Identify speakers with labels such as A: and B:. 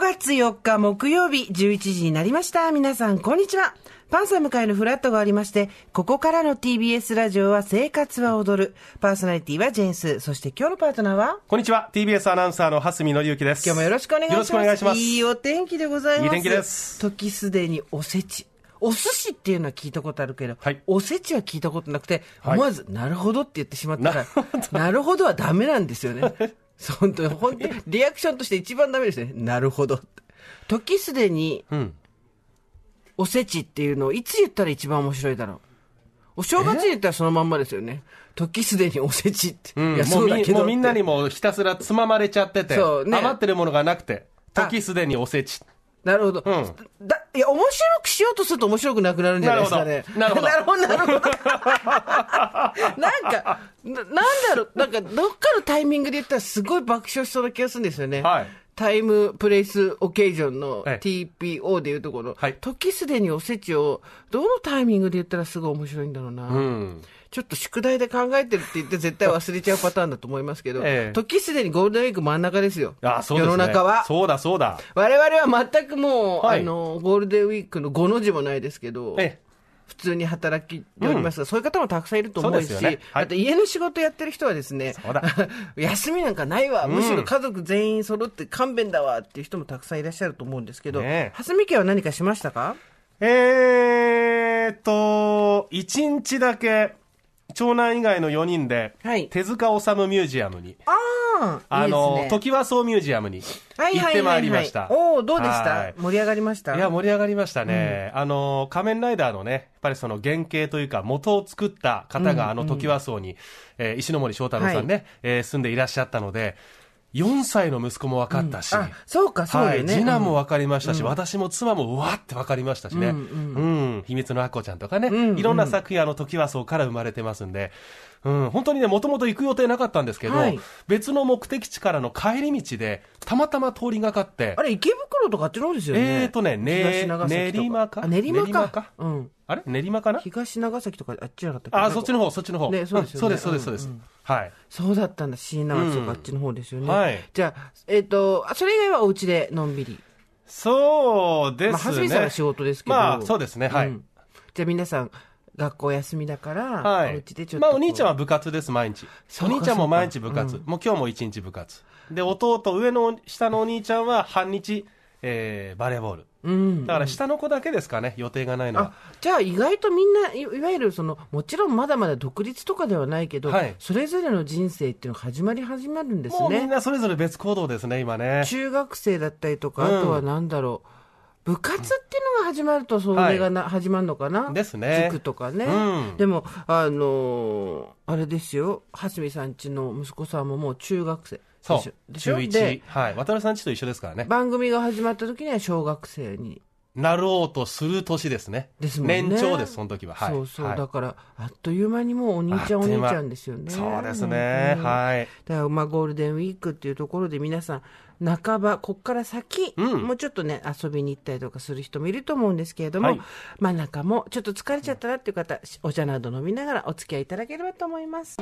A: 月4日木曜日11時になりました。皆さん、こんにちは。パンサム会のフラットがありまして、ここからの TBS ラジオは生活は踊る。パーソナリティはジェンス。そして今日のパートナーは
B: こんにちは。TBS アナウンサーの蓮見紀之です。
A: 今日もよろしくお願いします。
B: よろしくお願いします。
A: いいお天気でございます。
B: いい天気です。
A: 時すでにおせち。お寿司っていうのは聞いたことあるけど、はい、おせちは聞いたことなくて、思わず、なるほどって言ってしまったから、なるほどはダメなんですよ ね。本当に、本当リアクションとして一番ダメですね。なるほど。時すでに、うん、おせちっていうのをいつ言ったら一番面白いだろう。お正月に言ったらそのまんまですよね。時すでにおせちって。
B: うん、いやそうだけどもうみんなにもひたすらつままれちゃってて、ね、余ってるものがなくて、時すでにおせち。
A: なるほど、うん、だ。いや、面白くしようとすると面白くなくなるんじゃないですかね。
B: なるほど。
A: なるほ ど、なるほど。なんかな、なんだろう、なんか、どっかのタイミングで言ったらすごい爆笑しそうな気がするんですよね。
B: はい。
A: タイムプレイスオケージョンの TPO でいうところ、はい、時すでにおせちをどのタイミングで言ったらすごい面白いんだろうな、うん、ちょっと宿題で考えてるって言って絶対忘れちゃうパターンだと思いますけど、ええ、時すでにゴールデンウィーク真ん中ですよ、
B: あそうですね、
A: 世の中は。
B: そうだそうだ
A: 我々は全くもう、はい、あのゴールデンウィークの5の字もないですけど。ええ普通に働きておりますが、うん、そういう方もたくさんいると思うし、うねはい、あと家の仕事やってる人はですね、 休みなんかないわ、うん、むしろ家族全員揃って勘弁だわっていう人もたくさんいらっしゃると思うんですけど、ね、蓮見家は何かしましたか
B: えーっと、1日だけ、長男以外の4人で、はい、手塚治虫ミュージアムに。あの、いいね、時和荘ミュージアムに行ってまいりました。はい
A: はいはいはい、おおどうでした盛り上がりました
B: いや、盛り上がりましたね。うん、あの、仮面ライダーのね、やっぱりその原型というか、元を作った方が、あの時和荘に、うんうん、えー、石森章太郎さんね、はい、えー、住んでいらっしゃったので、4歳の息子も分かったし、うん、、
A: そうか、そうよね、はい
B: 次男も分かりましたし、うん、私も妻もうわって分かりましたしね、うん、うん、秘密のあこちゃんとかね、いろんな作品、あの時はそうから生まれてますんで、うん、本当にね、もともと行く予定なかったんですけど、はい、別の目的地からの帰り道で、たまたま通りがかって、
A: あれ、池袋とかあっちの方ですよ
B: ね。えーとね、ね練馬か
A: 練馬か。うん、
B: あれ練馬か な
A: 東長崎とかあっちじゃなかった
B: っあ、そっちの方、そっちの方。
A: ね、そうです、ねうん、
B: そうです、そうです、そうです。はい。
A: そうだったんだ、椎名町とかあっちの方ですよね。うん、はい。じゃあ、えっ、ー、と、それ以外はお家でのんびり。
B: そうですね。まあ、は
A: すみさんは仕事ですけど。
B: まあ、そうですね、はい。うん、
A: じゃあ皆さん、学校休みだから、はい、お家でちょっと。
B: まあ、お兄ちゃんは部活です、毎日。お兄ちゃんも毎日部活。うん、もう今日も一日部活。で、弟、上の、下のお兄ちゃんは半日、えー、バレーボール。うん、だから下の子だけですかね、予定がないのは。
A: じゃあ、意外とみんな、いわゆるその、もちろんまだまだ独立とかではないけど、はい、それぞれの人生っていうのが始まり始まるんですね。
B: みんなそれぞれ別行動ですね、今ね。
A: 中学生だったりとか、あとはなんだろう。うん部活っていうのが始まると、それがな、はい、始まるのかな
B: ですね。
A: 塾とかね。うん、でも、あのー、あれですよ、蓮見さんちの息子さんももう中学生。
B: そう。で中1。はい。渡辺さんちと一緒ですからね。
A: 番組が始まった時には小学生に。
B: なろうとする年ですね。
A: ですもんね。
B: 年長です、その時は。はい、
A: そうそう。はい、だから、あっという間にもうお兄ちゃんお姉ちゃんですよね。
B: そうですね。はい。
A: だから、まあ、ゴールデンウィークっていうところで皆さん、半ば、こっから先、うん、もうちょっとね、遊びに行ったりとかする人もいると思うんですけれども、はい、まあ、中も、ちょっと疲れちゃったなっていう方、お茶など飲みながらお付き合いいただければと思います。